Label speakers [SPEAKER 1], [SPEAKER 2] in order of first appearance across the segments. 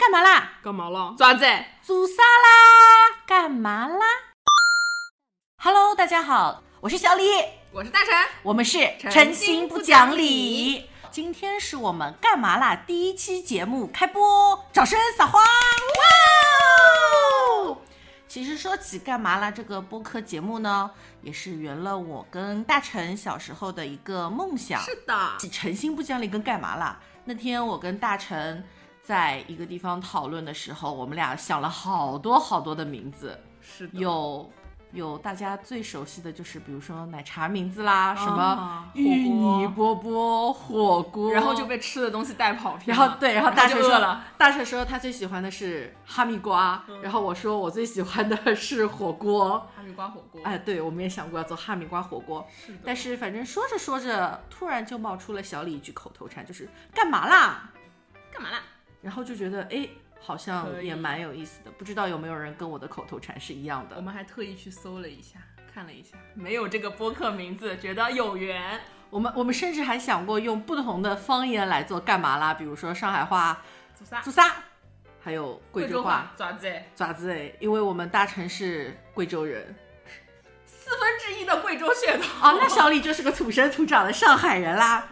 [SPEAKER 1] 干嘛啦？
[SPEAKER 2] 爪子，
[SPEAKER 3] 煮沙拉干嘛啦？Hello，大家好，我是小李，
[SPEAKER 2] 我是大神，
[SPEAKER 3] 我们是
[SPEAKER 2] 诚心不讲理。
[SPEAKER 3] 今天是我们干嘛啦第一期节目开播，掌声撒花！哇哦！其实说起干嘛啦这个播客节目呢，也是圆了我跟大成小时候的一个梦想。
[SPEAKER 2] 是的，
[SPEAKER 3] 起诚心不讲理跟干嘛啦？那天我跟大成在一个地方讨论的时候，我们俩想了好多好多的名字，
[SPEAKER 2] 是的，
[SPEAKER 3] 有有大家最熟悉的就是比如说奶茶名字啦，什么
[SPEAKER 2] 啊
[SPEAKER 3] 芋
[SPEAKER 2] 火锅
[SPEAKER 3] 泥波波火锅，
[SPEAKER 2] 然后就被吃的东西带跑偏
[SPEAKER 3] 然
[SPEAKER 2] 了。
[SPEAKER 3] 后对，然后大
[SPEAKER 2] 就
[SPEAKER 3] 成
[SPEAKER 2] 饿
[SPEAKER 3] 说
[SPEAKER 2] 了，，嗯
[SPEAKER 3] 大成说他最喜欢的是哈密瓜，然后我说我最喜欢的是火锅。
[SPEAKER 2] 哈密瓜火锅。
[SPEAKER 3] 哎，对，我们也想过要做哈密瓜火锅，
[SPEAKER 2] 是的，
[SPEAKER 3] 但是反正说着说着，突然就冒出了小李一句口头禅，就是干嘛啦？
[SPEAKER 2] 干嘛啦？
[SPEAKER 3] 然后就觉得哎，好
[SPEAKER 2] 可
[SPEAKER 3] 像
[SPEAKER 2] 以
[SPEAKER 3] 也蛮有意思的，不知道有没有人跟我的口头禅是一样
[SPEAKER 2] 我
[SPEAKER 3] 的。
[SPEAKER 2] 们还特意去搜了一下，看了一下，嗯没有这个播客名字，觉得有缘。
[SPEAKER 3] 我们我们甚至还想过用不同的方言来做干嘛啦，比如说上海话
[SPEAKER 2] 煮啥
[SPEAKER 3] “猪？撒”，还有贵
[SPEAKER 2] 贵
[SPEAKER 3] 州
[SPEAKER 2] 州
[SPEAKER 3] 话
[SPEAKER 2] 话爪子。
[SPEAKER 3] “爪子”哎，因为我们大城市贵州人。
[SPEAKER 2] 四分之一的贵州血统
[SPEAKER 3] 哦，那小李就是个土生土长的上海人啦。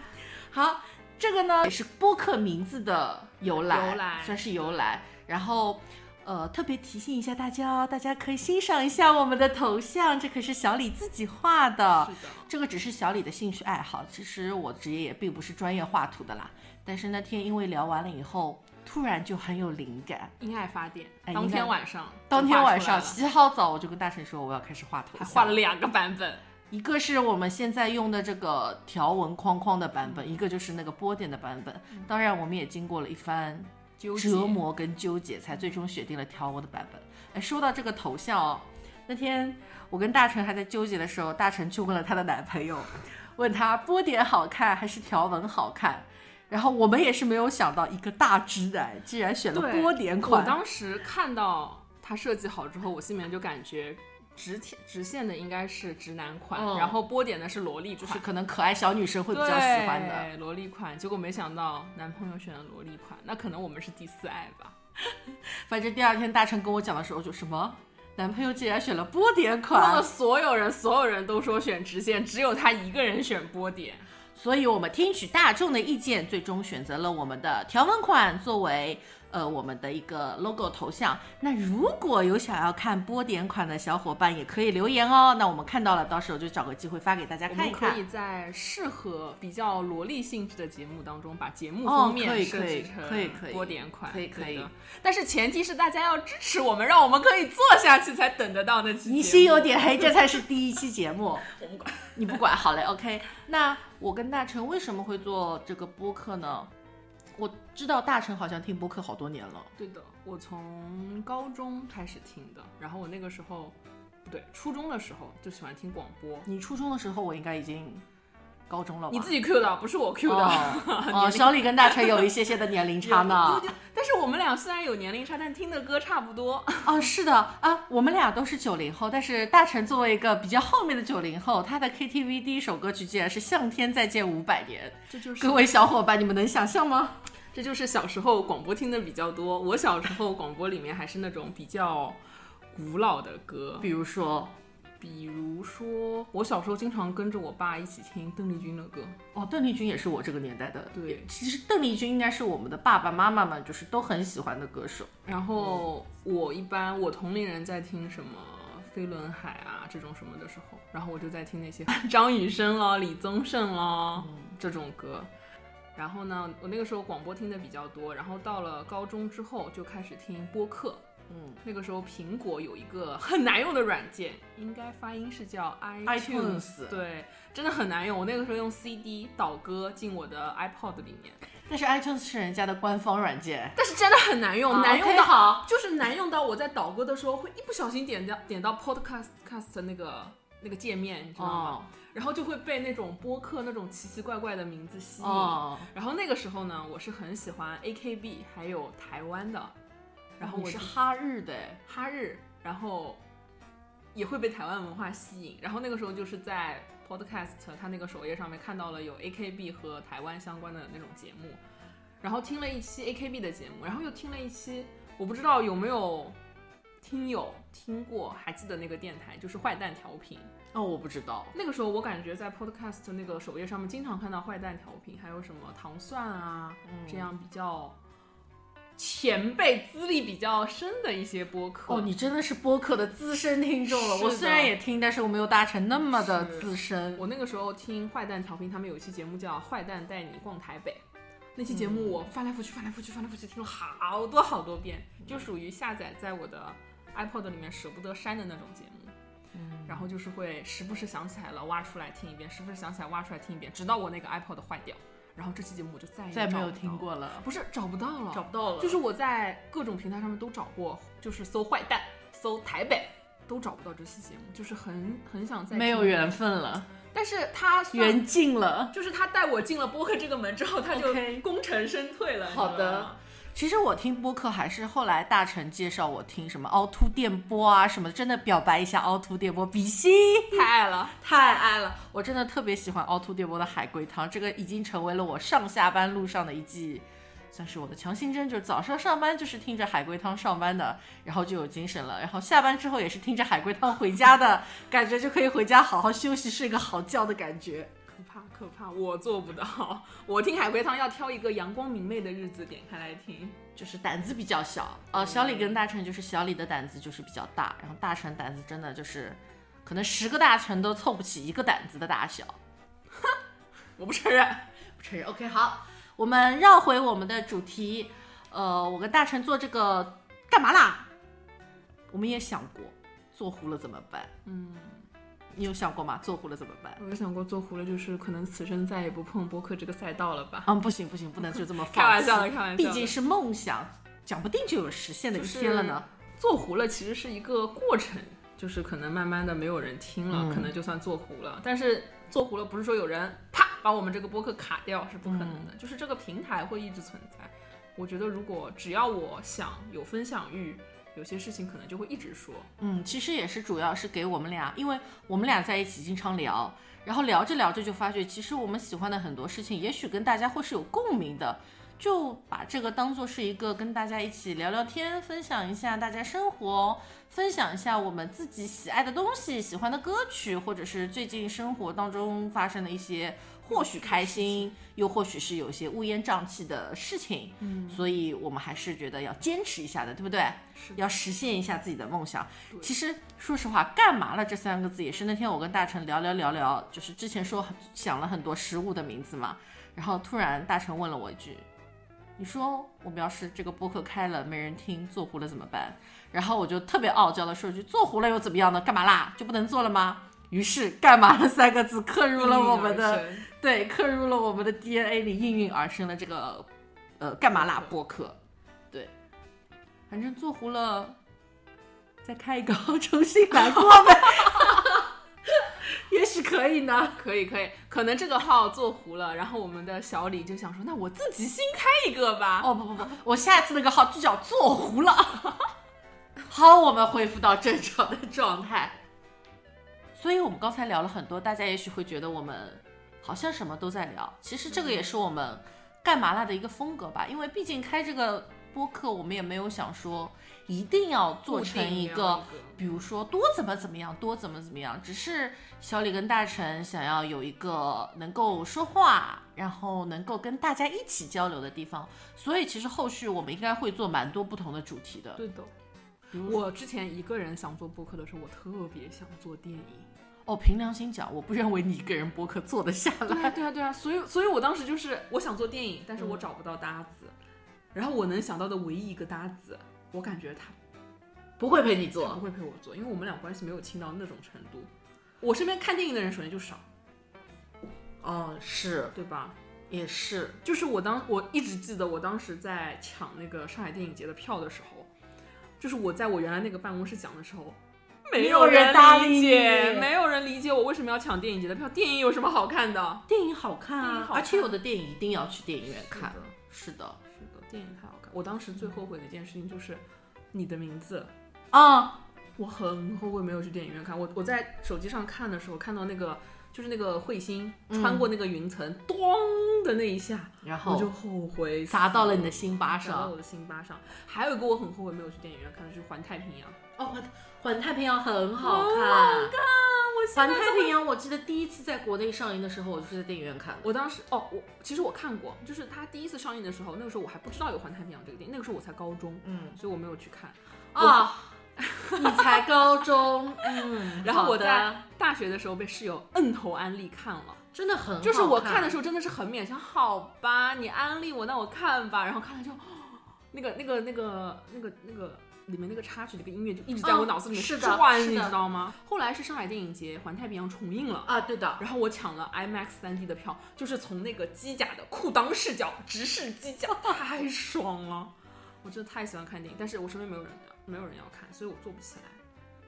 [SPEAKER 3] 好，这个呢也是播客名字的由来，
[SPEAKER 2] 由来
[SPEAKER 3] 算是由来。然后，呃，特别提醒一下大家哦，大家可以欣赏一下我们的头像，这可是小李自己画的。
[SPEAKER 2] 是的，
[SPEAKER 3] 这个只是小李的兴趣爱好，其实我职业也并不是专业画图的啦。但是那天因为聊完了以后，突然就很有灵感。
[SPEAKER 2] 因爱发电。
[SPEAKER 3] 哎
[SPEAKER 2] 当
[SPEAKER 3] 因爱
[SPEAKER 2] 天晚上，
[SPEAKER 3] 当天晚上
[SPEAKER 2] 就画出
[SPEAKER 3] 洗好澡，我就跟大成说我要开始画头
[SPEAKER 2] 来了还
[SPEAKER 3] 像，
[SPEAKER 2] 画了两个版本。
[SPEAKER 3] 一个是我们现在用的这个条纹框框的版
[SPEAKER 2] 嗯
[SPEAKER 3] 本，一个就是那个波点的版本。当然，我们也经过了一番
[SPEAKER 2] 纠结
[SPEAKER 3] 折磨跟纠结，才最终选定了条纹的版本。哎，说到这个头像哦，那天我跟大成还在纠结的时候，大成去问了她的男朋友，问他波点好看还是条纹好看。然后我们也是没有想到，一个大直男竟然选了
[SPEAKER 2] 对
[SPEAKER 3] 波点
[SPEAKER 2] 我
[SPEAKER 3] 款。
[SPEAKER 2] 当时看到它设计好之后，我心里面就感觉直贴直线的应该是直男款，
[SPEAKER 3] 嗯
[SPEAKER 2] 然后波点的是萝莉
[SPEAKER 3] 就
[SPEAKER 2] 款，
[SPEAKER 3] 是可能可爱小女生会比较喜欢的，
[SPEAKER 2] 对萝莉款。结果没想到男朋友选了萝莉款，那可能我们是第四爱吧。
[SPEAKER 3] 反正第二天大成跟我讲的时候，我就什么男朋友竟然选了波点
[SPEAKER 2] 问了
[SPEAKER 3] 款，
[SPEAKER 2] 所有人，所有人都说选直线，只有他一个人选波点。
[SPEAKER 3] 所以我们听取大众的意见，最终选择了我们的条纹款作为呃我们的一个 logo 头像。那如果有想要看波点款的小伙伴，也可以留言哦。那我们看到了，到时候就找个机会发给大家
[SPEAKER 2] 我
[SPEAKER 3] 看
[SPEAKER 2] 们
[SPEAKER 3] 一
[SPEAKER 2] 可以
[SPEAKER 3] 看。
[SPEAKER 2] 在适合比较萝莉性质的节目当中，把节目
[SPEAKER 3] 哦
[SPEAKER 2] 封
[SPEAKER 3] 可以
[SPEAKER 2] 面设
[SPEAKER 3] 可以
[SPEAKER 2] 计成
[SPEAKER 3] 可以可以
[SPEAKER 2] 波点款，
[SPEAKER 3] 可以可以
[SPEAKER 2] 对的。但是前提是大家要支持我们，让我们可以做下去，才等得到那期节目。
[SPEAKER 3] 你心有点黑，这才是第一期节 目。我不管，你不管，好嘞，OK。那我跟大成为什么会做这个播客呢？我知道大成好像听播客好多年了。
[SPEAKER 2] 对的，我从高中开始听的，然后我那个时候不对，初中的时候就喜欢听广播。
[SPEAKER 3] 你初中的时候，我应该已经高中了吧？
[SPEAKER 2] 你自己 Q 的，不是我 Q 的。
[SPEAKER 3] 哦哦，小李跟大成有一些些的年龄差呢。
[SPEAKER 2] 但是我们俩虽然有年龄差，但听的歌差不多。
[SPEAKER 3] 哦，是的啊，我们俩都是九零后，但是大成作为一个比较后面的九零后，他的 KTV 第一首歌曲竟然是《向天再借五百年
[SPEAKER 2] 这就》。
[SPEAKER 3] 各位小伙伴，你们能想象吗？
[SPEAKER 2] 这就是小时候广播听的比较多。我小时候广播里面还是那种比较古老的歌，
[SPEAKER 3] 比如说，
[SPEAKER 2] 比如说我小时候经常跟着我爸一起听邓丽君的歌。
[SPEAKER 3] 哦，邓丽君也是我这个年代的。
[SPEAKER 2] 对，
[SPEAKER 3] 其实邓丽君应该是我们的爸爸妈妈们就是都很喜欢的歌手。
[SPEAKER 2] 然后我一般我同龄人在听什么飞轮海啊这种什么的时候，然后我就在听那些 张雨生咯、李宗盛咯、这种歌。然后呢，我那个时候广播听的比较多，然后到了高中之后就开始听播客。
[SPEAKER 3] 嗯
[SPEAKER 2] 那个时候苹果有一个很难用的软件，应该发音是叫
[SPEAKER 3] iTunes
[SPEAKER 2] 对，真的很难用。我那个时候用 CD 导歌进我的 iPod 里面，
[SPEAKER 3] 但是 iTunes 是人家的官方软件，
[SPEAKER 2] 但是真的很难用，
[SPEAKER 3] 啊
[SPEAKER 2] 难用
[SPEAKER 3] OK，
[SPEAKER 2] 到
[SPEAKER 3] 好
[SPEAKER 2] 就是难用到我在导歌的时候会一不小心点到点到 Podcast Cast 那个那个界面，你知道吗？
[SPEAKER 3] 哦
[SPEAKER 2] 然后就会被那种播客那种奇奇怪怪的名字吸引。
[SPEAKER 3] 哦，
[SPEAKER 2] 然后那个时候呢，我是很喜欢 AKB 还有台湾的，然后
[SPEAKER 3] 你
[SPEAKER 2] 我
[SPEAKER 3] 是
[SPEAKER 2] 就
[SPEAKER 3] 哈日的哎。
[SPEAKER 2] 哈日，然后也会被台湾文化吸引。然后那个时候就是在 Podcast 它那个首页上面看到了有 AKB 和台湾相关的那种节目，然后听了一期 AKB 的节目，然后又听了一期我不知道有没有听友听过，还记得那个电台就是坏蛋调频。
[SPEAKER 3] 哦，我不知道，
[SPEAKER 2] 那个时候我感觉在 Podcast 那个首页上面经常看到坏蛋调频，还有什么糖蒜啊、
[SPEAKER 3] 嗯
[SPEAKER 2] 这样比较前辈资历比较深的一些播客。
[SPEAKER 3] 哦，你真的是播客的资深听众了。
[SPEAKER 2] 是
[SPEAKER 3] 我虽然
[SPEAKER 2] 的
[SPEAKER 3] 也听，但是我没有大成那么的
[SPEAKER 2] 是
[SPEAKER 3] 资深。
[SPEAKER 2] 我那个时候听坏蛋调频，他们有一期节目叫《坏蛋带你逛台北》，那期节
[SPEAKER 3] 嗯
[SPEAKER 2] 目我翻来覆去、翻来覆去、翻来覆去听了好多好多遍，
[SPEAKER 3] 嗯
[SPEAKER 2] 就属于下载在我的 iPod 里面舍不得删的那种节目。
[SPEAKER 3] 嗯
[SPEAKER 2] 然后就是会时不时想起来了挖出来听一遍，时不时想起来挖出来听一遍，直到我那个 iPod 坏掉，然后这期节目我就再也
[SPEAKER 3] 再没
[SPEAKER 2] 找
[SPEAKER 3] 有
[SPEAKER 2] 不到
[SPEAKER 3] 听
[SPEAKER 2] 了，
[SPEAKER 3] 过了，哦
[SPEAKER 2] 不是找不到了，
[SPEAKER 3] 找不到了。
[SPEAKER 2] 就是我在各种平台上面都找过，就是搜坏蛋、搜台北，都找不到这期节目，就是很很想再
[SPEAKER 3] 没有
[SPEAKER 2] 听
[SPEAKER 3] 缘分 了，
[SPEAKER 2] 但是他算
[SPEAKER 3] 缘尽了。
[SPEAKER 2] 就是他带我进了播客这个门之后，他就
[SPEAKER 3] OK
[SPEAKER 2] 功成身退了。
[SPEAKER 3] 好
[SPEAKER 2] 你知道吗
[SPEAKER 3] 的，其实我听播客还是后来大成介绍我听什么凹凸电波啊什么的，真的表白一下凹凸电波，比心
[SPEAKER 2] 太爱了。
[SPEAKER 3] 太爱了！我真的特别喜欢凹凸电波的海龟汤，这个已经成为了我上下班路上的一剂，算是我的强心针，就是早上上班就是听着海龟汤上班的，然后就有精神了，然后下班之后也是听着海龟汤回家的， 感觉就可以回家好好休息睡个好觉的感觉。
[SPEAKER 2] 可怕可怕，我做不到。 我听海龟汤要挑一个阳光明媚的日子点开来听。
[SPEAKER 3] 就是胆子比较小哦，小李跟大成就是小李的胆子就是比较大，然后大成胆子真的就是，可能十个大成都凑不起一个胆子的大小。
[SPEAKER 2] 我不承认，
[SPEAKER 3] 不承认。OK，好，我们绕回我们的主题，呃，我跟大成做这个干嘛啦？我们也想过做糊了怎么办？嗯，你有想过吗？做糊了怎么办？
[SPEAKER 2] 我就想过做糊了，就是可能此生再也不碰播客这个赛道了吧。
[SPEAKER 3] 嗯，不行不行，不能就这么放弃。
[SPEAKER 2] 开玩笑的，开玩笑的。
[SPEAKER 3] 毕竟是梦想，讲不定就有实现的一天了呢。
[SPEAKER 2] 做糊了其实是一个过程，就是可能慢慢的没有人听了，
[SPEAKER 3] 嗯
[SPEAKER 2] 可能就算做糊了。但是做糊了不是说有人啪把我们这个播客卡掉是不可能的，
[SPEAKER 3] 嗯
[SPEAKER 2] 就是这个平台会一直存在。我觉得如果只要我想有分享欲，有些事情可能就会一直说。
[SPEAKER 3] 嗯，其实也是主要是给我们俩，因为我们俩在一起经常聊，然后聊着聊着就发觉，其实我们喜欢的很多事情，也许跟大家会是有共鸣的，就把这个当做是一个跟大家一起聊聊天，分享一下大家生活，分享一下我们自己喜爱的东西、喜欢的歌曲，或者是最近生活当中发生的一些。或许开心，又或许是有一些乌烟瘴气的事情，嗯，所以我们还是觉得要坚持一下的，对不对？
[SPEAKER 2] 是
[SPEAKER 3] 要实现一下自己的梦想。其实说实话，干嘛了这三个字也是那天我跟大成聊聊聊聊，就是之前说很想了很多食物的名字嘛，然后突然大成问了我一句：“你说我们要是这个播客开了没人听，做糊了怎么办？”然后我就特别傲娇的说一句：“做糊了又怎么样呢？干嘛啦？就不能做了吗？”于是“干嘛了”三个字刻入
[SPEAKER 2] 啊
[SPEAKER 3] 了我们的
[SPEAKER 2] 应运而生
[SPEAKER 3] 对，刻入了我们的 DNA 里，应运而生了这个呃干嘛啦播客。对，反正做糊了，再开一个 重新来过呗，也许可以呢。
[SPEAKER 2] 可以可以，可能这个号做糊了，然后我们的小李就想说，那我自己新开一个吧。
[SPEAKER 3] 哦不不不，我下一次那个号就叫做糊 了。好，我们恢复到正常的状态。所以我们刚才聊了很多，大家也许会觉得我们好像什么都在聊，其实这个也是我们干嘛啦的一个风格吧。因为毕竟开这个播客，我们也没有想说一定要做
[SPEAKER 2] 固定
[SPEAKER 3] 成一
[SPEAKER 2] 聊
[SPEAKER 3] 个比如说多怎么怎么样，多怎么怎么样，只是小李跟大成想要有一个能够说话，然后能够跟大家一起交流的地方，所以其实后续我们应该会做蛮多不同的主题的。
[SPEAKER 2] 对的。
[SPEAKER 3] 比如说
[SPEAKER 2] 我之前一个人想做播客的时候，我特别想做电影。
[SPEAKER 3] 哦，凭良心讲，我不认为你一个人播客做得下来。
[SPEAKER 2] 对啊，对啊，对啊，所以，所以我当时就是我想做电影，但是我找不到搭子，然后我能想到的唯一一个搭子，我感觉他
[SPEAKER 3] 不会陪你
[SPEAKER 2] 他不，会陪我做，因为我们俩关系没有亲到那种程度。我身边看电影的人首先就少，
[SPEAKER 3] 哦，是，
[SPEAKER 2] 对吧？
[SPEAKER 3] 也是，
[SPEAKER 2] 就是我当我一直记得我当时在抢那个上海电影节的票的时候，就是我在我原来那个办公室讲的时候。没
[SPEAKER 3] 没
[SPEAKER 2] 有
[SPEAKER 3] 有人搭理
[SPEAKER 2] 理解，
[SPEAKER 3] 你
[SPEAKER 2] 没有人理解我为什么要抢电影节的票。电影有什么好看的？
[SPEAKER 3] 电影好看
[SPEAKER 2] 电影
[SPEAKER 3] 啊
[SPEAKER 2] 好，看
[SPEAKER 3] 而且有的电影一定要去电影院看
[SPEAKER 2] 是。的
[SPEAKER 3] 是的，
[SPEAKER 2] 是的，电影太好看。我当时最后悔的一件事情就是《你的名字》，
[SPEAKER 3] 啊，
[SPEAKER 2] 我很后悔没有去电影院看。我我嗯在手机上看的时候，看到那个就是那个彗星穿过那个云层，咚的那一下，
[SPEAKER 3] 然
[SPEAKER 2] 我就
[SPEAKER 3] 后
[SPEAKER 2] 后悔死
[SPEAKER 3] 砸到了你的辛巴
[SPEAKER 2] 砸到
[SPEAKER 3] 上
[SPEAKER 2] 我。的辛巴上。还有一个我很后悔没有去电影院看的就是《环太平洋》，
[SPEAKER 3] 哦，环环太平洋很好
[SPEAKER 2] 好
[SPEAKER 3] 看。
[SPEAKER 2] 我
[SPEAKER 3] 环太平洋，我记得第一次在国内上映的时候，我就是在电影院看的。
[SPEAKER 2] 我当时哦，我其实我看过，就是它第一次上映的时候，那个时候我还不知道有《环太平洋》这个电影，那个时候我才高中，
[SPEAKER 3] 嗯
[SPEAKER 2] 所以我没有去看。哦
[SPEAKER 3] 啊，你才高中，嗯，
[SPEAKER 2] 然后我
[SPEAKER 3] 好的
[SPEAKER 2] 在大学的时候被室友摁头安利看了，
[SPEAKER 3] 真的很好
[SPEAKER 2] 就是我看的
[SPEAKER 3] 时
[SPEAKER 2] 时候真的是很勉强，好吧，你安利我，那我看吧。然后看了就，哦那个那个那个那个那个里面那个插曲那个音乐就一直在我
[SPEAKER 3] 嗯
[SPEAKER 2] 脑子里面
[SPEAKER 3] 是的
[SPEAKER 2] 转，
[SPEAKER 3] 是
[SPEAKER 2] 你
[SPEAKER 3] 的
[SPEAKER 2] 知道吗？后来是上海电影节《环太平洋》重映了。
[SPEAKER 3] 候啊，对的，
[SPEAKER 2] 然后我抢了 IMAX 3D 的票，就是从那个机甲的裤裆视角直视机甲，太爽了！我真的太喜欢看电影，但是我身边没有人要，没有人要看，所以我做不起来。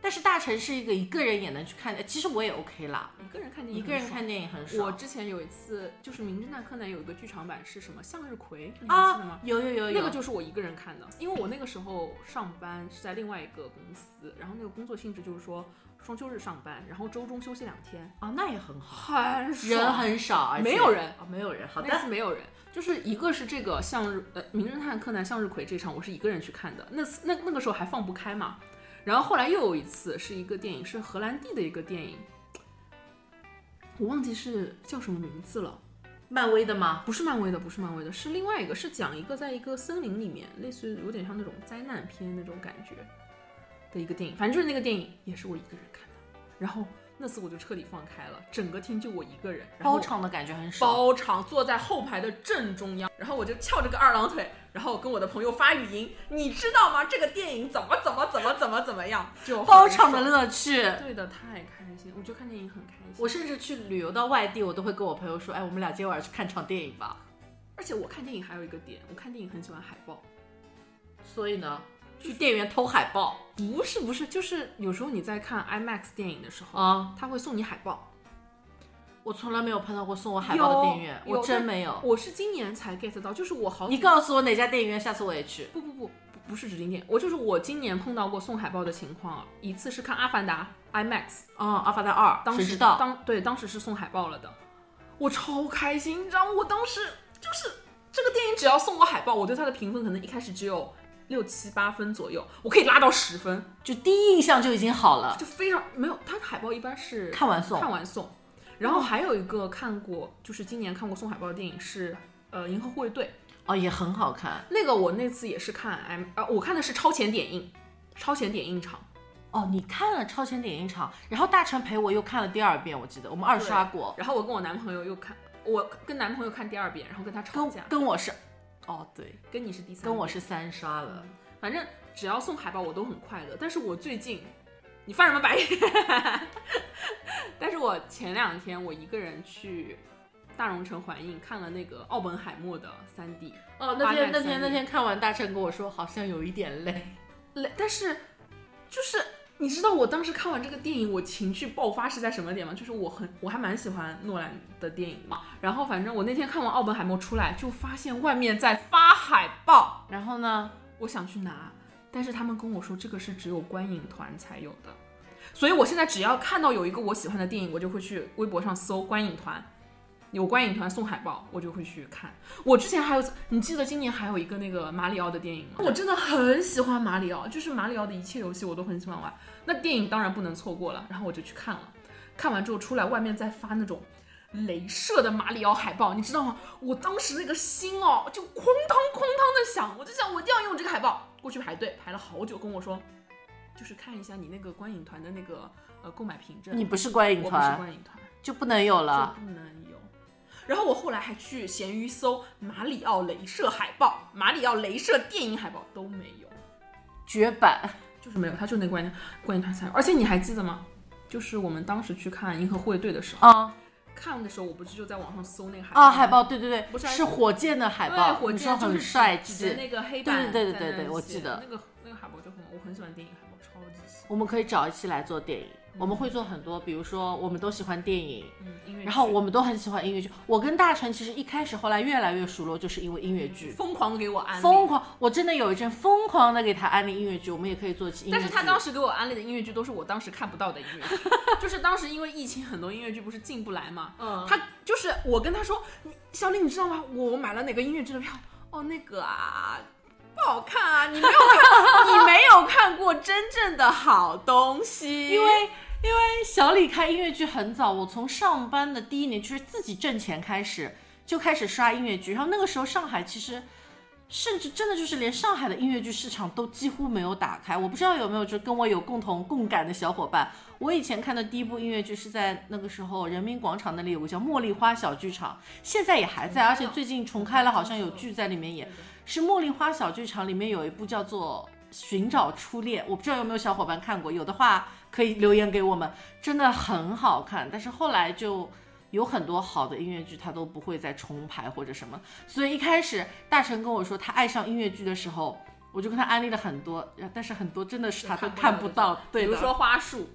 [SPEAKER 3] 但是大城是一个一个人也能去看，的，其实我也 OK 啦，
[SPEAKER 2] 一个人看电
[SPEAKER 3] 一
[SPEAKER 2] 影，
[SPEAKER 3] 个人。看电影很爽。
[SPEAKER 2] 我之前有一次，就是《名侦探柯南》有一个剧场版是什么《向日葵》，你还记得
[SPEAKER 3] 啊？，
[SPEAKER 2] 吗
[SPEAKER 3] 有有有有，
[SPEAKER 2] 那个就是我一个人看的，因为我那个时候上班是在另外一个公司，然后那个工作性质就是说双休日上班，然后周中休息两天，
[SPEAKER 3] 啊，那也很好，
[SPEAKER 2] 很爽
[SPEAKER 3] 人很少，而且
[SPEAKER 2] 没有人
[SPEAKER 3] 啊，没有人。好
[SPEAKER 2] 那
[SPEAKER 3] 的，
[SPEAKER 2] 次没有人，就是一个是这个向日呃《名侦探柯南》向日葵这场，我是一个人去看的。那次那那个时候还放不开嘛，然后后来又有一次是一个电影，是荷兰弟的一个电影，我忘记是叫什么名字了，
[SPEAKER 3] 漫威的吗？
[SPEAKER 2] 不是漫威的，不是漫威的，是另外一个，是讲一个在一个森林里面，类似于有点像那种灾难片那种感觉的一个电影，反正就是那个电影也是我一个人看的，然后那次我就彻底放开了，整个厅就我一个人，然后
[SPEAKER 3] 包场的感觉很爽。
[SPEAKER 2] 包场坐在后排的正中央，然后我就翘着个二郎腿，然后跟我的朋友发语音，你知道吗？这个电影怎么怎么怎么怎么怎么样？就很
[SPEAKER 3] 包场的
[SPEAKER 2] 爽，
[SPEAKER 3] 乐趣。
[SPEAKER 2] 对的，太开心，我觉得看电影很开心。
[SPEAKER 3] 我甚至去旅游到外地，我都会跟我朋友说，哎，我们俩今天晚上去看场电影吧。
[SPEAKER 2] 而且我看电影还有一个点，我看电影很喜欢海报。
[SPEAKER 3] 所以呢，去电影院偷海报
[SPEAKER 2] 不是不是，就是有时候你在看 IMAX 电影的时候，
[SPEAKER 3] 啊，
[SPEAKER 2] 他会送你海报。
[SPEAKER 3] 我从来没有碰到过送我海报的
[SPEAKER 2] 有
[SPEAKER 3] 电影院，
[SPEAKER 2] 有
[SPEAKER 3] 我真没有。
[SPEAKER 2] 我是今年才 get 到，就是我好
[SPEAKER 3] 你告诉我哪家电影院，下次我也去。
[SPEAKER 2] 不不不不不是指定点，我就是我今年碰到过送海报的情况啊，一次是看《阿凡达》IMAX，
[SPEAKER 3] 嗯，《阿凡达二》，
[SPEAKER 2] 当
[SPEAKER 3] 谁
[SPEAKER 2] 时
[SPEAKER 3] 知道？
[SPEAKER 2] 当对当时是送海报了的，我超开心，你知道吗？我当时就是这个电影只要送我海报，我对它的评分可能一开始只有六七八分左右，我可以拉到十分，
[SPEAKER 3] 就第一印象就已经好了。
[SPEAKER 2] 就非常没有。它的海报一般是
[SPEAKER 3] 看完送
[SPEAKER 2] 看完送，然后还有一个看过，就是今年看过送海报的电影是。呃，银河护卫队
[SPEAKER 3] 哦，也很好看
[SPEAKER 2] 那个，我那次也是看 M，呃，我看的是超前点映，超前点映场，
[SPEAKER 3] 哦。你看了超前点映场，然后大成陪我又看了第二遍，我记得我们二刷过，
[SPEAKER 2] 然后我跟我男朋友又看，我跟男朋友看第二遍，然后跟他吵
[SPEAKER 3] 跟
[SPEAKER 2] 架，
[SPEAKER 3] 跟我是，哦对，
[SPEAKER 2] 跟你是第三，
[SPEAKER 3] 跟我是三刷了。
[SPEAKER 2] 反正只要送海报我都很快乐。但是我最近，你翻什么白眼？ 但是我前两天我一个人去大荣城环映看了那个奥本海默的三 D，
[SPEAKER 3] 哦，
[SPEAKER 2] 嗯八
[SPEAKER 3] 那天
[SPEAKER 2] 点
[SPEAKER 3] 那
[SPEAKER 2] 三
[SPEAKER 3] 天那
[SPEAKER 2] 零
[SPEAKER 3] 天看完，大成跟我说好像有一点累。
[SPEAKER 2] 累，但是就是你知道我当时看完这个电影，我情绪爆发是在什么点吗？就是我很我还蛮喜欢诺兰的电影嘛。然后反正我那天看完奥本海默出来，就发现外面在发海报，
[SPEAKER 3] 然后呢，
[SPEAKER 2] 我想去拿，但是他们跟我说这个是只有观影团才有的，所以我现在只要看到有一个我喜欢的电影，我就会去微博上搜观影团，有观影团送海报，我就会去看。我之前还有，你记得今年还有一个那个马里奥的电影吗？我真的很喜欢马里奥，就是马里奥的一切游戏我都很喜欢玩，那电影当然不能错过了，然后我就去看了，看完之后出来外面再发那种。镭射的马里奥海报，你知道吗？我当时那个心哦，就哐当哐当的响，我就想我一定要用这个海报过去排队，排了好久，跟我说，就是看一下你那个观影团的那个呃购买凭证。
[SPEAKER 3] 你不是观影
[SPEAKER 2] 我不是
[SPEAKER 3] 团
[SPEAKER 2] 观影团，
[SPEAKER 3] 就不能有了。
[SPEAKER 2] 就不能有。然后我后来还去闲鱼搜马里奥镭射海报、马里奥镭射电影海报都没有，
[SPEAKER 3] 绝版。
[SPEAKER 2] 就是没有，他就那观影观影团才有。而且你还记得吗？就是我们当时去看《银河护卫队》的时候，
[SPEAKER 3] 啊
[SPEAKER 2] 看的时候我不是就在网上搜那个海报
[SPEAKER 3] 啊！
[SPEAKER 2] 吗
[SPEAKER 3] 海报，对对对，
[SPEAKER 2] 不是
[SPEAKER 3] 是火箭的海
[SPEAKER 2] 对，
[SPEAKER 3] 报，
[SPEAKER 2] 火
[SPEAKER 3] 你说
[SPEAKER 2] 箭就
[SPEAKER 3] 很
[SPEAKER 2] 是
[SPEAKER 3] 帅
[SPEAKER 2] 指着
[SPEAKER 3] 气。
[SPEAKER 2] 那个黑
[SPEAKER 3] 对
[SPEAKER 2] 板
[SPEAKER 3] 对对
[SPEAKER 2] 在
[SPEAKER 3] 对
[SPEAKER 2] 那
[SPEAKER 3] 对
[SPEAKER 2] 儿
[SPEAKER 3] 我
[SPEAKER 2] 写
[SPEAKER 3] 记得
[SPEAKER 2] 那个那个海报就很，我很喜欢电影海报，超级喜欢。
[SPEAKER 3] 我们可以找一期来做电影，我们会做很多，比如说我们都喜欢电影，
[SPEAKER 2] 嗯，音乐
[SPEAKER 3] 然后
[SPEAKER 2] 剧
[SPEAKER 3] 我们都很喜欢音乐剧。我跟大成其实一开始后来越来越熟络，就是因为音乐剧。
[SPEAKER 2] 疯狂给我安利，
[SPEAKER 3] 疯狂，我真的有一阵疯狂的给他安利音乐剧，我们也可以做起音乐
[SPEAKER 2] 但
[SPEAKER 3] 剧。
[SPEAKER 2] 是他当时给我安利的音乐剧都是我当时看不到的音乐 剧，就是当时因为疫情，很多音乐剧不是进不来嘛，
[SPEAKER 3] 嗯
[SPEAKER 2] 他就是我跟他说，你小李你知道吗？我买了哪个音乐剧的票？哦，那个啊。不好看啊！你没有看，你没有看过真正的好东西，
[SPEAKER 3] 因为因为小李看音乐剧很早，我从上班的第一年就是自己挣钱开始就开始刷音乐剧，然后那个时候上海其实。甚至真的就是连上海的音乐剧市场都几乎没有打开，我不知道有没有就跟我有共同共感的小伙伴。我以前看的第一部音乐剧是在那个时候人民广场那里有个叫茉莉花小剧场，现在也还在，而且最近重开了，好像有剧在里面演。是茉莉花小剧场里面有一部叫做《寻找初恋》，我不知道有没有小伙伴看过，有的话可以留言给我们，真的很好看。但是后来就有很多好的音乐剧，它都不会再重排或者什么，所以一开始大成跟我说他爱上音乐剧的时候。我就跟他安利了很多，但是很多真的是他都看不到。对
[SPEAKER 2] 比
[SPEAKER 3] 的，
[SPEAKER 2] 如说花束，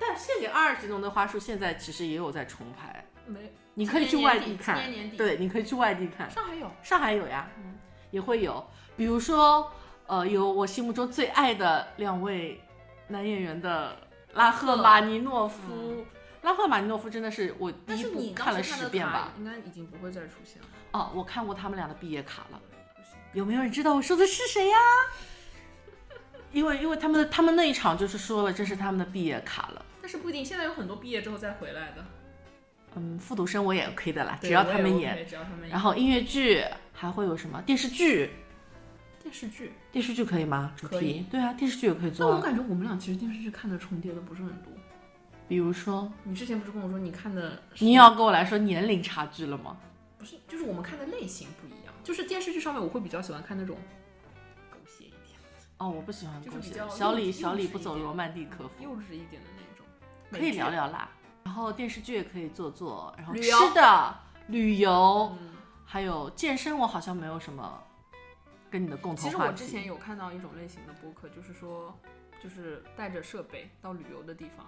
[SPEAKER 3] 但献给二级农的花束现在其实也有在重排，
[SPEAKER 2] 没，
[SPEAKER 3] 你可以去
[SPEAKER 2] 今年
[SPEAKER 3] 外
[SPEAKER 2] 年
[SPEAKER 3] 地
[SPEAKER 2] 底
[SPEAKER 3] 看
[SPEAKER 2] 今年年，底
[SPEAKER 3] 对，你可以去外地看。
[SPEAKER 2] 上海有，
[SPEAKER 3] 上海有呀，嗯也会有，比如说，呃，有我心目中最爱的两位男演员的拉赫玛尼诺夫。拉赫玛尼诺夫真的是我第
[SPEAKER 2] 嗯但
[SPEAKER 3] 一
[SPEAKER 2] 是
[SPEAKER 3] 部
[SPEAKER 2] 你
[SPEAKER 3] 看
[SPEAKER 2] 当
[SPEAKER 3] 了
[SPEAKER 2] 时看
[SPEAKER 3] 十
[SPEAKER 2] 的
[SPEAKER 3] 遍
[SPEAKER 2] 卡
[SPEAKER 3] 吧。
[SPEAKER 2] 应该已经不会再出现了。
[SPEAKER 3] 哦，我看过他们俩的毕业卡了。
[SPEAKER 2] 不行
[SPEAKER 3] 有没有人知道我说的是谁呀、 因为因为他们的他们那一场就是说了，这是他们的毕业卡了。
[SPEAKER 2] 但是不一定，现在有很多毕业之后再回来的，
[SPEAKER 3] 嗯，复读生我也 OK 的啦，啊
[SPEAKER 2] 对
[SPEAKER 3] 只要
[SPEAKER 2] 我
[SPEAKER 3] 他
[SPEAKER 2] 也
[SPEAKER 3] 们
[SPEAKER 2] OK，
[SPEAKER 3] 演。
[SPEAKER 2] 只要他们演。
[SPEAKER 3] 然后音乐剧还会有什么电视剧？
[SPEAKER 2] 电视剧，
[SPEAKER 3] 电视剧可以吗？主
[SPEAKER 2] 可以
[SPEAKER 3] 题对啊，电视剧也可以
[SPEAKER 2] 但
[SPEAKER 3] 做、
[SPEAKER 2] 我
[SPEAKER 3] 啊。
[SPEAKER 2] 感觉我们俩其实电视剧看的重叠的不是很多。
[SPEAKER 3] 比如说，
[SPEAKER 2] 你之前不是跟我说你看的是，
[SPEAKER 3] 你要跟我来说年龄差距了吗？
[SPEAKER 2] 不是就是我们看的类型不一样，就是电视剧上面我会比较喜欢看那种狗血一点、
[SPEAKER 3] 哦，我不喜欢
[SPEAKER 2] 就是
[SPEAKER 3] 狗血
[SPEAKER 2] 比较
[SPEAKER 3] 小
[SPEAKER 2] 幼
[SPEAKER 3] 李
[SPEAKER 2] 稚
[SPEAKER 3] 小李
[SPEAKER 2] 幼稚
[SPEAKER 3] 不走
[SPEAKER 2] 一点
[SPEAKER 3] 罗曼蒂克夫，
[SPEAKER 2] 幼稚一点的那种。
[SPEAKER 3] 可以聊
[SPEAKER 2] 聊。
[SPEAKER 3] 聊啦。然后电视剧也可以做做，然后
[SPEAKER 2] 旅
[SPEAKER 3] 吃
[SPEAKER 2] 游
[SPEAKER 3] 的、旅游，
[SPEAKER 2] 嗯，
[SPEAKER 3] 还有健身，我好像没有什么跟你的共同
[SPEAKER 2] 其实
[SPEAKER 3] 话
[SPEAKER 2] 我
[SPEAKER 3] 题。
[SPEAKER 2] 之前有看到一种类型的播客，就是说，就是带着设备到旅游的地方，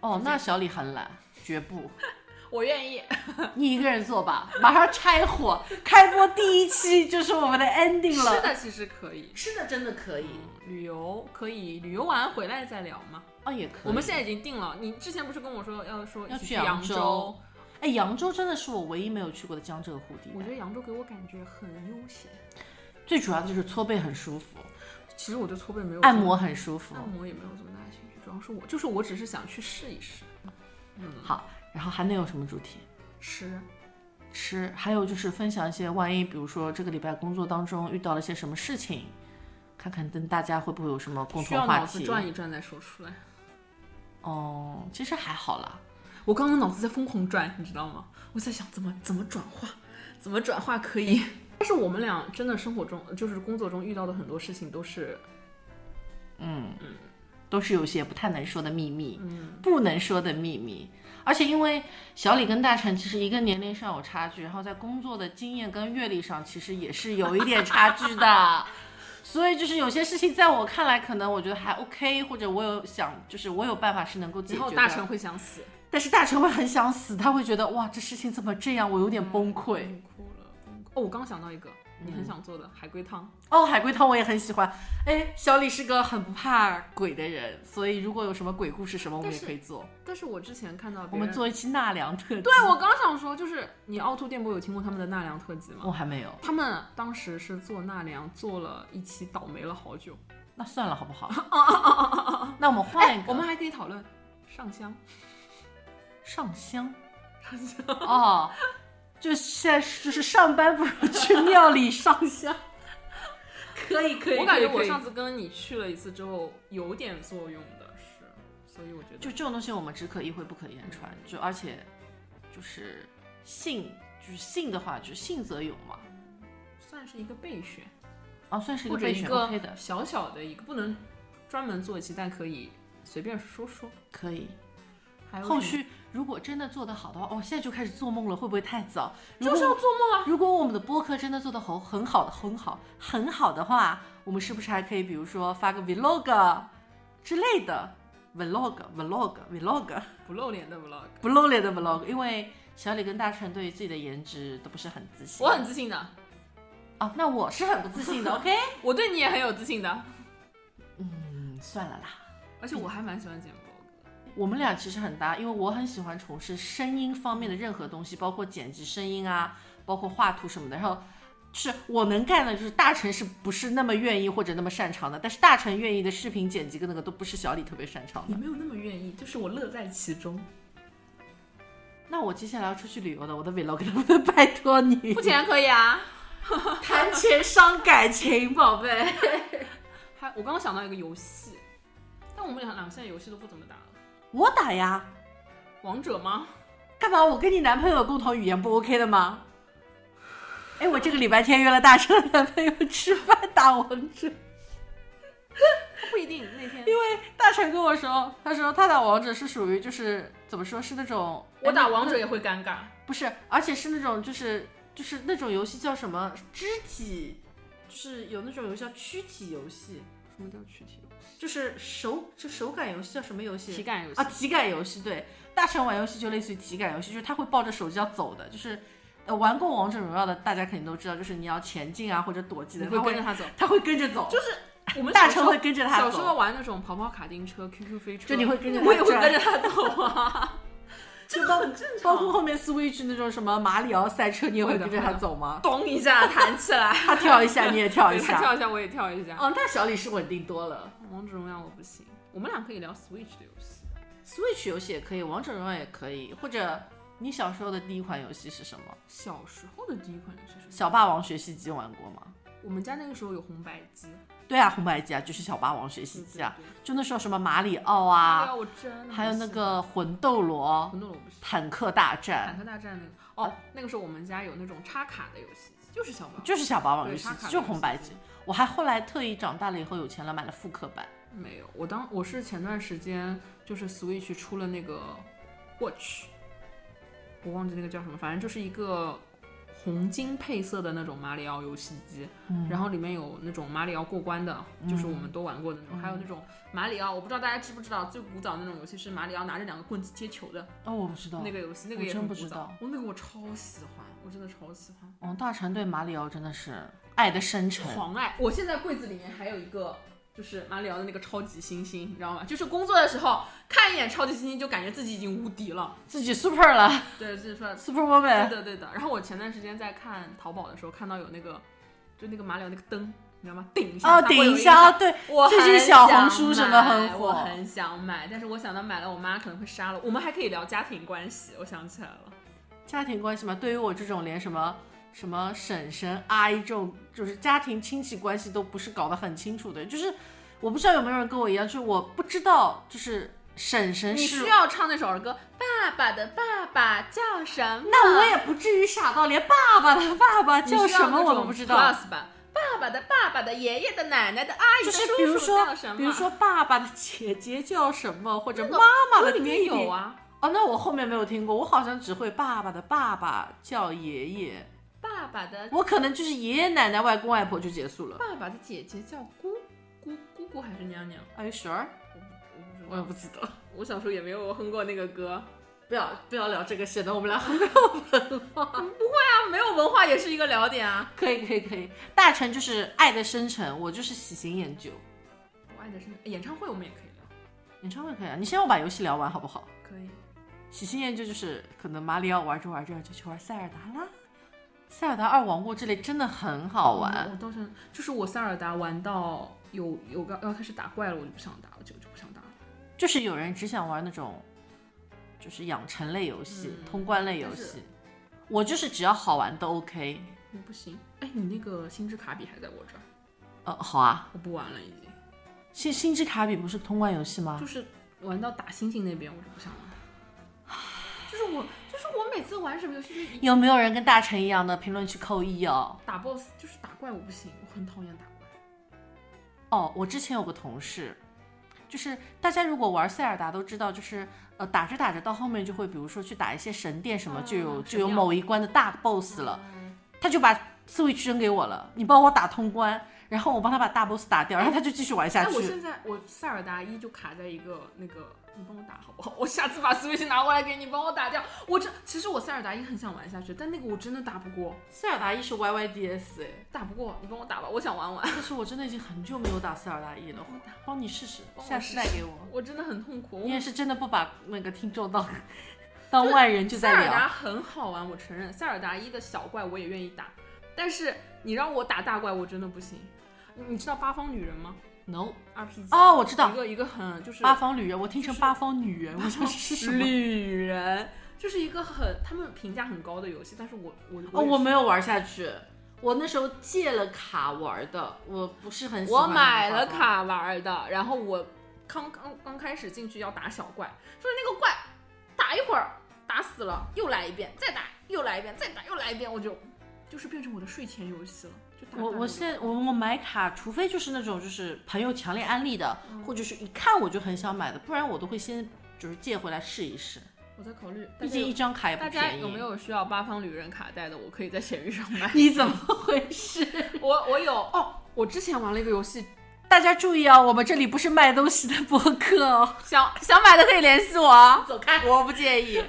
[SPEAKER 3] 哦，那小李很懒，绝不，
[SPEAKER 2] 我愿意。
[SPEAKER 3] 你一个人做吧，马上拆伙。开播第一期就是我们的 ending 了。
[SPEAKER 2] 吃的其实可以，
[SPEAKER 3] 吃的真的可以
[SPEAKER 2] 嗯旅游可以，旅游完回来再聊嘛。
[SPEAKER 3] 哦，也可以。
[SPEAKER 2] 我们现在已经定了，你之前不是跟我说要说
[SPEAKER 3] 要
[SPEAKER 2] 一起
[SPEAKER 3] 去
[SPEAKER 2] 去
[SPEAKER 3] 扬
[SPEAKER 2] 扬
[SPEAKER 3] 州哎，扬州真的是我唯一没有去过的江浙沪地
[SPEAKER 2] 我觉
[SPEAKER 3] 带，
[SPEAKER 2] 得扬州给我感觉很悠闲。
[SPEAKER 3] 最主要的就是搓背很舒服，
[SPEAKER 2] 其实我嗯对搓背没有
[SPEAKER 3] 按
[SPEAKER 2] 这么
[SPEAKER 3] 摩很舒服。
[SPEAKER 2] 按摩也没有这么大兴趣，主要是我就是我只是想去试一试。嗯，
[SPEAKER 3] 好，然后还能有什么主题？
[SPEAKER 2] 吃
[SPEAKER 3] 吃，还有就是分享一些，万一比如说这个礼拜工作当中遇到了些什么事情，看看跟大家会不会有什么共
[SPEAKER 2] 需
[SPEAKER 3] 同
[SPEAKER 2] 要
[SPEAKER 3] 话
[SPEAKER 2] 脑子
[SPEAKER 3] 题。
[SPEAKER 2] 转一转再说出来。
[SPEAKER 3] 哦、其实还好啦。
[SPEAKER 2] 我刚刚脑子在疯狂转，你知道吗？我在想怎么怎么转化，怎么转化可以。 但是我们俩真的生活中，就是工作中遇到的很多事情都是，
[SPEAKER 3] 都是有些不太能说的秘密，
[SPEAKER 2] 嗯
[SPEAKER 3] 不能说的秘密。而且因为小李跟大成其实一个年龄上有差距，然后在工作的经验跟阅历上其实也是有一点差距的， 所以就是有些事情在我看来，可能我觉得还 OK，或者我有想，就是我有办法是能够解
[SPEAKER 2] 然后
[SPEAKER 3] 决
[SPEAKER 2] 大
[SPEAKER 3] 的。
[SPEAKER 2] 成会想死，
[SPEAKER 3] 但是大成会很想死，他会觉得哇，这事情怎么这样，我有点崩溃。嗯
[SPEAKER 2] 嗯哭了，崩溃。哦，我刚想到一个，你很想做的、海龟汤，
[SPEAKER 3] 哦，海龟汤我也很喜欢。哎，小李是个很不怕鬼的人，所以如果有什么鬼故事什么，我们也
[SPEAKER 2] 但是啊
[SPEAKER 3] 可以做。
[SPEAKER 2] 但是我之前看到
[SPEAKER 3] 我
[SPEAKER 2] 别人
[SPEAKER 3] 们做一期纳凉特辑。
[SPEAKER 2] 对啊我刚想说，就是你凹凸电波有听过他们的纳凉特辑吗？
[SPEAKER 3] 哦我还没有，
[SPEAKER 2] 他们当时是做纳凉，做了一期，倒霉了好久。
[SPEAKER 3] 那算了好不好？ 哎那我们换一个，
[SPEAKER 2] 我们还可以讨论上香，
[SPEAKER 3] 上香
[SPEAKER 2] 上香。
[SPEAKER 3] 哦，就现在就是上班不如去庙里上香， 可以可以
[SPEAKER 2] 我感觉我
[SPEAKER 3] 上
[SPEAKER 2] 上次跟你去了一次之后，有点作用的是，所以我觉得
[SPEAKER 3] 就这种东西我们只可意会不可言传，就而且就是信就是信的话就是信则有嘛，
[SPEAKER 2] 算是一个备选，
[SPEAKER 3] 啊算是一
[SPEAKER 2] 或
[SPEAKER 3] 个
[SPEAKER 2] 者
[SPEAKER 3] 备
[SPEAKER 2] 一
[SPEAKER 3] 选
[SPEAKER 2] 个
[SPEAKER 3] OK 的，
[SPEAKER 2] 小小的一个不能专门做一期，但可以随便说说。
[SPEAKER 3] 可以。
[SPEAKER 2] 还有
[SPEAKER 3] 后
[SPEAKER 2] 什么
[SPEAKER 3] 续如果真的做得好的话，哦，现在就开始做梦了，会不会太早？如
[SPEAKER 2] 就是
[SPEAKER 3] 果
[SPEAKER 2] 要做梦啊，
[SPEAKER 3] 如果我们的播客真的做得很很好的很好很好的话，我们是不是还可以比如说发个 vlog 之类的？ vlog vlog vlog
[SPEAKER 2] 不露脸的 vlog。
[SPEAKER 3] 不露脸的 vlog，因为小李跟大成对于自己的颜值都不是很自信。
[SPEAKER 2] 我很自信的，
[SPEAKER 3] 哦，那我是很不自信的 ，OK？
[SPEAKER 2] 我对你也很有自信的，
[SPEAKER 3] 嗯，算了啦。
[SPEAKER 2] 而且我还蛮喜欢剪 vlog 的。
[SPEAKER 3] 我们俩其实很搭，因为我很喜欢从事声音方面的任何东西，包括剪辑声音啊，包括画图什么的。然后是我能干的，就是大成是不是那么愿意或者那么擅长的？但是大成愿意的视频剪辑跟那个都不是小李特别擅长
[SPEAKER 2] 也
[SPEAKER 3] 的。
[SPEAKER 2] 没有那么愿意，就是我乐在其 中。
[SPEAKER 3] 那我接下来要出去旅游的，我的 vlog 能不能拜托你？
[SPEAKER 2] 付钱可以啊。
[SPEAKER 3] 谈钱伤感情，宝贝。
[SPEAKER 2] 还我刚刚想到一个游戏，但我们俩俩现在游戏都不怎么打了。
[SPEAKER 3] 我打呀，
[SPEAKER 2] 王者吗？
[SPEAKER 3] 干嘛？我跟你男朋友有共同语言不 OK 的 吗？哎，我这个礼拜天约了大成的男朋友吃饭打王者。
[SPEAKER 2] 不一定，那天
[SPEAKER 3] 因为大成跟我说，他说他打王者是属于就是怎么说是那种
[SPEAKER 2] 我打
[SPEAKER 3] 哎
[SPEAKER 2] 王者也会尴尬。
[SPEAKER 3] 不是，而且是那种就是就是那种游戏叫什么肢体，就是有那种游戏叫躯体游戏，
[SPEAKER 2] 什么叫躯体游
[SPEAKER 3] 就是手就手感游戏叫什么游
[SPEAKER 2] 体
[SPEAKER 3] 戏？
[SPEAKER 2] 感游戏
[SPEAKER 3] 啊，体感游戏对，大成玩游戏就类似于体感游戏，就是他会抱着手机要走的，就是呃玩过王者荣耀的大家肯定都知道，就是你要前进啊或者躲
[SPEAKER 2] 你
[SPEAKER 3] 技的，
[SPEAKER 2] 会
[SPEAKER 3] 他
[SPEAKER 2] 跟着
[SPEAKER 3] 会
[SPEAKER 2] 他走。
[SPEAKER 3] 他会跟着走，
[SPEAKER 2] 就是我们
[SPEAKER 3] 大
[SPEAKER 2] 小时
[SPEAKER 3] 成
[SPEAKER 2] 候
[SPEAKER 3] 会跟着他
[SPEAKER 2] 小时候
[SPEAKER 3] 走，
[SPEAKER 2] 玩那种跑跑卡丁车、QQ 飞车，
[SPEAKER 3] 就你会跟着他
[SPEAKER 2] 我也会
[SPEAKER 3] 转
[SPEAKER 2] 跟着他走啊。
[SPEAKER 3] 就包
[SPEAKER 2] 正常
[SPEAKER 3] 包括后面 Switch 那种什么马里奥赛车，你也会跟着他走 吗？
[SPEAKER 2] 咚一下弹起来，
[SPEAKER 3] 他跳一下，你也跳一
[SPEAKER 2] 对他
[SPEAKER 3] 下。
[SPEAKER 2] 跳一下我也跳一下。
[SPEAKER 3] 哦，那小李是稳定多了。
[SPEAKER 2] 王者荣耀我不行，我们俩可以聊 Switch 的游戏。
[SPEAKER 3] Switch 游戏也可以，王者荣耀也可以，或者你小时候的第一款游戏是什么？
[SPEAKER 2] 小时候的第一款游戏是什
[SPEAKER 3] 小霸王学习机玩过吗？
[SPEAKER 2] 么？我们家那个时候有红白机，
[SPEAKER 3] 对啊，红白机啊，就是小霸王学习机啊，
[SPEAKER 2] 嗯对。对对
[SPEAKER 3] 就那时候什么马里奥
[SPEAKER 2] 哎
[SPEAKER 3] 啊，
[SPEAKER 2] 呀，我真的
[SPEAKER 3] 还有
[SPEAKER 2] 不
[SPEAKER 3] 那
[SPEAKER 2] 喜
[SPEAKER 3] 个魂斗
[SPEAKER 2] 欢
[SPEAKER 3] 罗、
[SPEAKER 2] 魂斗罗我不行，
[SPEAKER 3] 坦克大
[SPEAKER 2] 坦
[SPEAKER 3] 战，
[SPEAKER 2] 克大战那个哦，那个时候我们家有那种插卡的游戏，就是小霸王，
[SPEAKER 3] 就是小霸王
[SPEAKER 2] 对
[SPEAKER 3] 哦游戏
[SPEAKER 2] 插
[SPEAKER 3] 机，
[SPEAKER 2] 卡的
[SPEAKER 3] 就是
[SPEAKER 2] 游戏
[SPEAKER 3] 红白机。我还后来特意长大了以后有钱了买了复刻版，
[SPEAKER 2] 没有，我当我是前段时间就是 Switch 出了那个 Watch，我忘记那个叫什么，反正就是一个红金配色的那种马里奥游戏机，
[SPEAKER 3] 嗯
[SPEAKER 2] 然后里面有那种马里奥过关的，就是我们都玩过的那
[SPEAKER 3] 嗯
[SPEAKER 2] 种，还有那种马里奥，我不知道大家知不知道，最古早那种游戏是马里奥拿着两个棍子接球的
[SPEAKER 3] 哦，我不知道
[SPEAKER 2] 那个游戏，那个
[SPEAKER 3] 我
[SPEAKER 2] 也
[SPEAKER 3] 真
[SPEAKER 2] 很
[SPEAKER 3] 不
[SPEAKER 2] 古
[SPEAKER 3] 知
[SPEAKER 2] 早
[SPEAKER 3] 道，
[SPEAKER 2] 我那个我超喜欢，我真的超喜欢。
[SPEAKER 3] 哦，大成对马里奥真的是爱的深沉。
[SPEAKER 2] 狂爱！我现在柜子里面还有一个，就是马里奥的那个超级星星，你知道吗？就是工作的时候看一眼超级星星，就感觉自己已经无敌了。
[SPEAKER 3] 自己 super 了
[SPEAKER 2] 对，就是说
[SPEAKER 3] ，super
[SPEAKER 2] 对
[SPEAKER 3] woman。
[SPEAKER 2] 的对的。然后我前段时间在看淘宝的时候，看到有那个，就那个马里奥那个灯，你知道吗？顶一下，
[SPEAKER 3] 哦，
[SPEAKER 2] 它会有
[SPEAKER 3] 顶一
[SPEAKER 2] 一
[SPEAKER 3] 下
[SPEAKER 2] 下。
[SPEAKER 3] 哦，对，
[SPEAKER 2] 我
[SPEAKER 3] 最近
[SPEAKER 2] 很
[SPEAKER 3] 小
[SPEAKER 2] 想
[SPEAKER 3] 红书什么很
[SPEAKER 2] 买
[SPEAKER 3] 火
[SPEAKER 2] 我很想买，但是我想到买了，我妈可能会杀了我。我们还可以聊家庭关系，我想起来了，
[SPEAKER 3] 家庭关系嘛，对于我这种连什么什么婶婶、阿姨这种，就是家庭亲戚关系都不是搞得很清楚的，就是我不知道有没有人跟我一样，就是我不知道，就是婶婶
[SPEAKER 2] 你
[SPEAKER 3] 是
[SPEAKER 2] 需，要唱那首儿歌，爸爸的爸爸叫什么？
[SPEAKER 3] 那我也不至于傻到连爸爸的爸爸叫
[SPEAKER 2] 你需要
[SPEAKER 3] 什么
[SPEAKER 2] 那
[SPEAKER 3] 我都
[SPEAKER 2] 种
[SPEAKER 3] 不知道。
[SPEAKER 2] Plus 版，爸爸的爸爸的爷爷的奶奶的阿姨
[SPEAKER 3] 就
[SPEAKER 2] 的
[SPEAKER 3] 是
[SPEAKER 2] 叔叔
[SPEAKER 3] 比如
[SPEAKER 2] 叫什
[SPEAKER 3] 说，
[SPEAKER 2] 么
[SPEAKER 3] 比如说爸爸的姐姐叫什么，或者妈
[SPEAKER 2] 那种
[SPEAKER 3] 妈的
[SPEAKER 2] 歌里面
[SPEAKER 3] 弟弟
[SPEAKER 2] 有啊，
[SPEAKER 3] 哦，那我后面没有听过，我好像只会爸爸的爸爸叫爷爷，
[SPEAKER 2] 爸爸的
[SPEAKER 3] 我可能就是爷爷奶奶、外公外婆就结束了。
[SPEAKER 2] 爸爸的姐姐叫姑姑姑姑还是娘娘？
[SPEAKER 3] Are you sure？我
[SPEAKER 2] 我不知
[SPEAKER 3] 也
[SPEAKER 2] 道
[SPEAKER 3] 不记得。
[SPEAKER 2] 我小时候也没有哼过那个歌，
[SPEAKER 3] 不要不要聊这个，显得我们俩很
[SPEAKER 2] 啊，没有文化也是一个聊点啊。
[SPEAKER 3] 可以可以可以。大成就是爱的深沉，我就是喜新厌旧。
[SPEAKER 2] 我爱的是演唱会，我们也可以聊，
[SPEAKER 3] 演唱会可以啊，你先让我把游戏聊完好不好？
[SPEAKER 2] 可以。
[SPEAKER 3] 喜新厌旧就是可能马里奥玩着玩着就去玩塞尔达啦，塞尔达二王国之类真的很好玩。
[SPEAKER 2] 我当时就是我塞尔达玩到有有个要开始打怪了，我就不想打，我就就不想打了。
[SPEAKER 3] 就是有人只想玩那种，就是养成类游戏、
[SPEAKER 2] 嗯
[SPEAKER 3] 通关类游
[SPEAKER 2] 但
[SPEAKER 3] 戏
[SPEAKER 2] 是。
[SPEAKER 3] 我就是只要好玩都 OK。
[SPEAKER 2] 我不行，哎，你那个星之卡比还在我这儿，
[SPEAKER 3] 呃，好啊。
[SPEAKER 2] 我不玩了已经。
[SPEAKER 3] 星星之卡比不是通关游戏吗
[SPEAKER 2] 就？是玩到打星星那边，我就不想玩。就是我，就是我每次玩什么游戏就是一
[SPEAKER 3] 有没有人跟大成一样的评论区扣一哦？
[SPEAKER 2] 打 boss 就是打怪，我不行，我很讨厌打怪。
[SPEAKER 3] 哦，我之前有个同事，就是大家如果玩塞尔达都知道，就是呃打着打着到后面就会，比如说去打一些神殿什么，就有
[SPEAKER 2] 嗯
[SPEAKER 3] 就有
[SPEAKER 2] 神庙嗯
[SPEAKER 3] 某一关的大 boss 了，他就把 Switch 扔给我了，你帮我打通关，然后我帮他把大 boss 打掉，然后他就继续玩下
[SPEAKER 2] 但哎我
[SPEAKER 3] 去。
[SPEAKER 2] 现在我塞尔达一就卡在一个那个，你帮我打好不 好？我下次把 Switch 拿过来给你，帮我打掉。我这其实我塞尔达一很想玩下去，但那个我真的打不过，
[SPEAKER 3] 塞尔达一是 YYDS 哎，
[SPEAKER 2] 打不过，你帮我打吧，我想玩玩。
[SPEAKER 3] 但是我真的已经很久没有打塞尔达一了，我打帮你试试，
[SPEAKER 2] 帮我
[SPEAKER 3] 下次
[SPEAKER 2] 试
[SPEAKER 3] 带
[SPEAKER 2] 试
[SPEAKER 3] 给我。
[SPEAKER 2] 我真的很痛苦。
[SPEAKER 3] 你
[SPEAKER 2] 我
[SPEAKER 3] 也是真的不把那个听众 当当外人就
[SPEAKER 2] 塞
[SPEAKER 3] 在
[SPEAKER 2] 尔
[SPEAKER 3] 聊，
[SPEAKER 2] 达很好玩，我承认，塞尔达一的小怪我也愿意打，但是你让我打大怪，我真的不行。你你知道八方女人吗
[SPEAKER 3] no
[SPEAKER 2] ？RPG
[SPEAKER 3] 哦，我知道
[SPEAKER 2] 一个一个很就是
[SPEAKER 3] 八方旅人，我听成
[SPEAKER 2] 就是
[SPEAKER 3] 八方女人，我想是什么？
[SPEAKER 2] 旅人，就是一个很他们评价很高的游戏，但是我我
[SPEAKER 3] 哦，
[SPEAKER 2] 也
[SPEAKER 3] 我
[SPEAKER 2] 是
[SPEAKER 3] 没有玩下去，我那时候借了卡玩的，我不是很喜欢
[SPEAKER 2] 我买
[SPEAKER 3] 那
[SPEAKER 2] 了
[SPEAKER 3] 个八方，
[SPEAKER 2] 卡玩儿的，然后我刚刚刚开始进去要打小怪，就是那个怪打一会儿打死了，又来一遍，再打又来一遍，再打又来一遍，我就就是变成我的睡前游戏了，就打
[SPEAKER 3] 我我现在我我买卡，除非就是那种就是朋友强烈安利的，
[SPEAKER 2] 嗯
[SPEAKER 3] 或者是一看我就很想买的，不然我都会先就是借回来试一试。
[SPEAKER 2] 我在考虑，
[SPEAKER 3] 毕竟一张卡也不
[SPEAKER 2] 大家
[SPEAKER 3] 便宜。。
[SPEAKER 2] 有没？有需要八方旅人卡带的？我可以在闲鱼上 买
[SPEAKER 3] 你怎么回事？
[SPEAKER 2] 我我有哦，我之前玩了一个游戏，
[SPEAKER 3] 大家注意啊，我们这里不是卖东西的博客哦。
[SPEAKER 2] 想
[SPEAKER 3] 想买的可以联系我啊，
[SPEAKER 2] 走开，
[SPEAKER 3] 我不介意。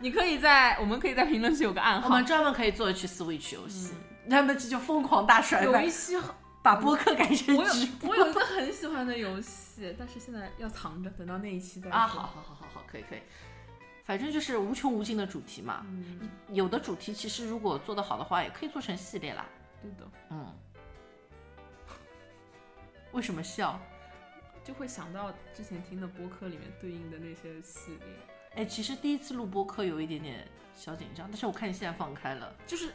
[SPEAKER 2] 你可以在我们可以在评论区有个暗
[SPEAKER 3] 我
[SPEAKER 2] 号
[SPEAKER 3] 们，专门可以做一期 Switch 游戏，他们就疯狂大甩
[SPEAKER 2] 嗯有
[SPEAKER 3] 卖
[SPEAKER 2] 一，期很
[SPEAKER 3] 把播客改成
[SPEAKER 2] 我有
[SPEAKER 3] 直播。
[SPEAKER 2] 我有一个很喜欢的游戏，但是现在要藏着，等到那一期再说
[SPEAKER 3] 啊，好，好好好好，可以可以，反正就是无穷无尽的主题嘛。
[SPEAKER 2] 嗯，
[SPEAKER 3] 有的主题其实如果做得好的话，也可以做成系列啦。
[SPEAKER 2] 对的，
[SPEAKER 3] 嗯，为什么笑？
[SPEAKER 2] 就会想到之前听的播客里面对应的那些系列，
[SPEAKER 3] 哎，其实第一次录播客有一点点小紧张，但是我看你现在放开了，
[SPEAKER 2] 就是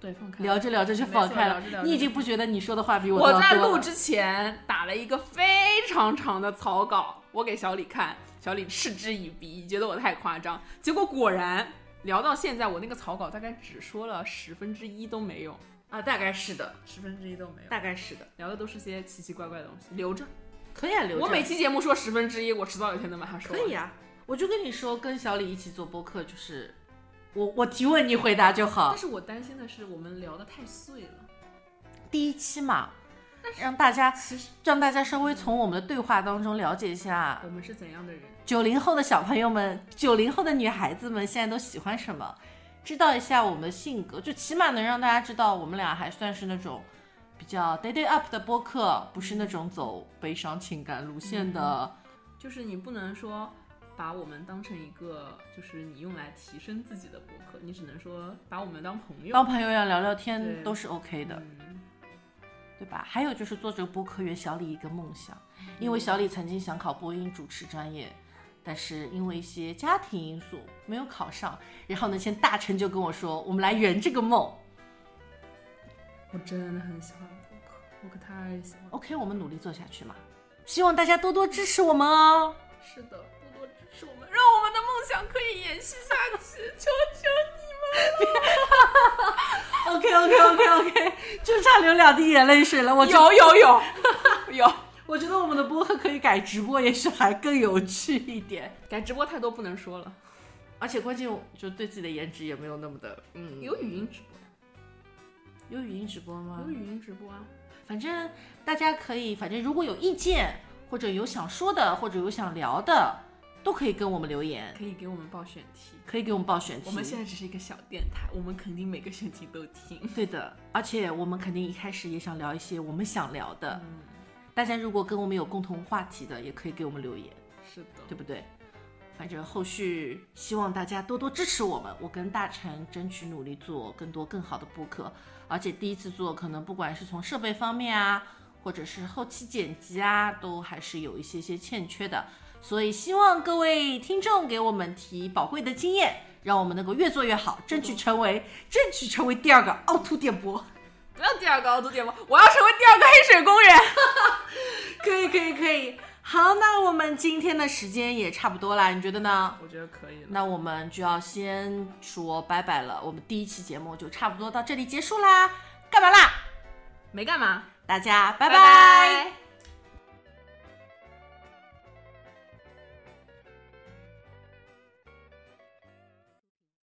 [SPEAKER 2] 对放开。
[SPEAKER 3] 聊着聊着就放开了
[SPEAKER 2] 没错聊着聊，着
[SPEAKER 3] 你已经不觉得你说的话比我
[SPEAKER 2] 我
[SPEAKER 3] 都要
[SPEAKER 2] 在
[SPEAKER 3] 多
[SPEAKER 2] 录
[SPEAKER 3] 了
[SPEAKER 2] 之前打了一个非常长的草稿，我给小李看，小李嗤之以鼻，觉得我太夸张。结果果然聊到现在，我那个草稿大概只说了十分之一都没有，
[SPEAKER 3] 啊，大概是的，
[SPEAKER 2] 十分之一都没有，
[SPEAKER 3] 大概是的，
[SPEAKER 2] 聊的都是些奇奇怪怪的东西，留着。
[SPEAKER 3] 可以啊，留着
[SPEAKER 2] 我每期节目说十分之一，我迟早有一天能把它说
[SPEAKER 3] 可
[SPEAKER 2] 完。
[SPEAKER 3] 以啊，我就跟你说，跟小李一起做播客就是。我我提问你回答就好
[SPEAKER 2] 但。是我担心的是，我们聊的太碎了。
[SPEAKER 3] 第一期嘛，让大家让大家稍微从我们的对话当中了解一下
[SPEAKER 2] 我们是怎样的人？
[SPEAKER 3] 九零后的小朋友们，九零后的女孩子们现在都喜欢什么，知道一下我们的性格，就起码能让大家知道我们俩还算是那种比较 day day up 的播客，不是那种走悲伤情感路线的。
[SPEAKER 2] 就是你不能说把我们当成一个就是你用来提升自己的博客，你只能说把我们当朋友。
[SPEAKER 3] 当朋友要聊聊天
[SPEAKER 2] 嗯对
[SPEAKER 3] 都是 OK 的，
[SPEAKER 2] 嗯
[SPEAKER 3] 对吧？还有就是做这个播客圆小李一个梦想，
[SPEAKER 2] 嗯
[SPEAKER 3] 因为小李曾经想考播音主持专业，但是因为一些家庭因素没有考上。然后呢，现在大成就跟我说，我们来圆这个梦。
[SPEAKER 2] 我真的很喜欢博客，我可太喜欢了。
[SPEAKER 3] OK，我们努力做下去嘛，希望大家多多支持我们哦。
[SPEAKER 2] 是的，多多支持我们，让我们的梦想可以延续下去。求 求你！
[SPEAKER 3] OK OK OK OK，就 差流两滴眼泪水了。我觉
[SPEAKER 2] 有有 有有，
[SPEAKER 3] 我觉得我们的播客可以改直播，也许还更有趣一点。
[SPEAKER 2] 改直播太多不能说了，
[SPEAKER 3] 而且关键就对自己的颜值也没有那么的，嗯，
[SPEAKER 2] 有语音直播，
[SPEAKER 3] 有语音直播吗
[SPEAKER 2] 有？语音直播啊。
[SPEAKER 3] 反正大家可以，反正如果有意见或者有想说的，或者有想聊的，都可以跟我们留言，
[SPEAKER 2] 可以给我们报选题。
[SPEAKER 3] 可以给我们报选题。
[SPEAKER 2] 我们现在只是一个小电台，我们肯定每个选题都听。
[SPEAKER 3] 对的，而且我们肯定一开始也想聊一些我们想聊的。
[SPEAKER 2] 嗯，
[SPEAKER 3] 大家如果跟我们有共同话题的，也可以给我们留言，
[SPEAKER 2] 是的，
[SPEAKER 3] 对不对？反正后续希望大家多多支持我们，我跟大成争取努力做更多更好的播客，而且第一次做，可能不管是从设备方面啊，或者是后期剪辑啊，都还是有一些些欠缺的，所以希望各位听众给我们提宝贵的经验，让我们能够越做越好，争取成为争取成为第二个凹凸电波。
[SPEAKER 2] 不要第二个凹凸电波，我要成为第二个黑水工人。
[SPEAKER 3] 可以可以可以。好，那我们今天的时间也差不多啦，你觉得呢？
[SPEAKER 2] 我觉得可以了。
[SPEAKER 3] 那我们就要先说拜拜了，我们第一期节目就差不多到这里结束啦，干嘛啦？
[SPEAKER 2] 没干嘛，
[SPEAKER 3] 大家拜
[SPEAKER 2] 拜拜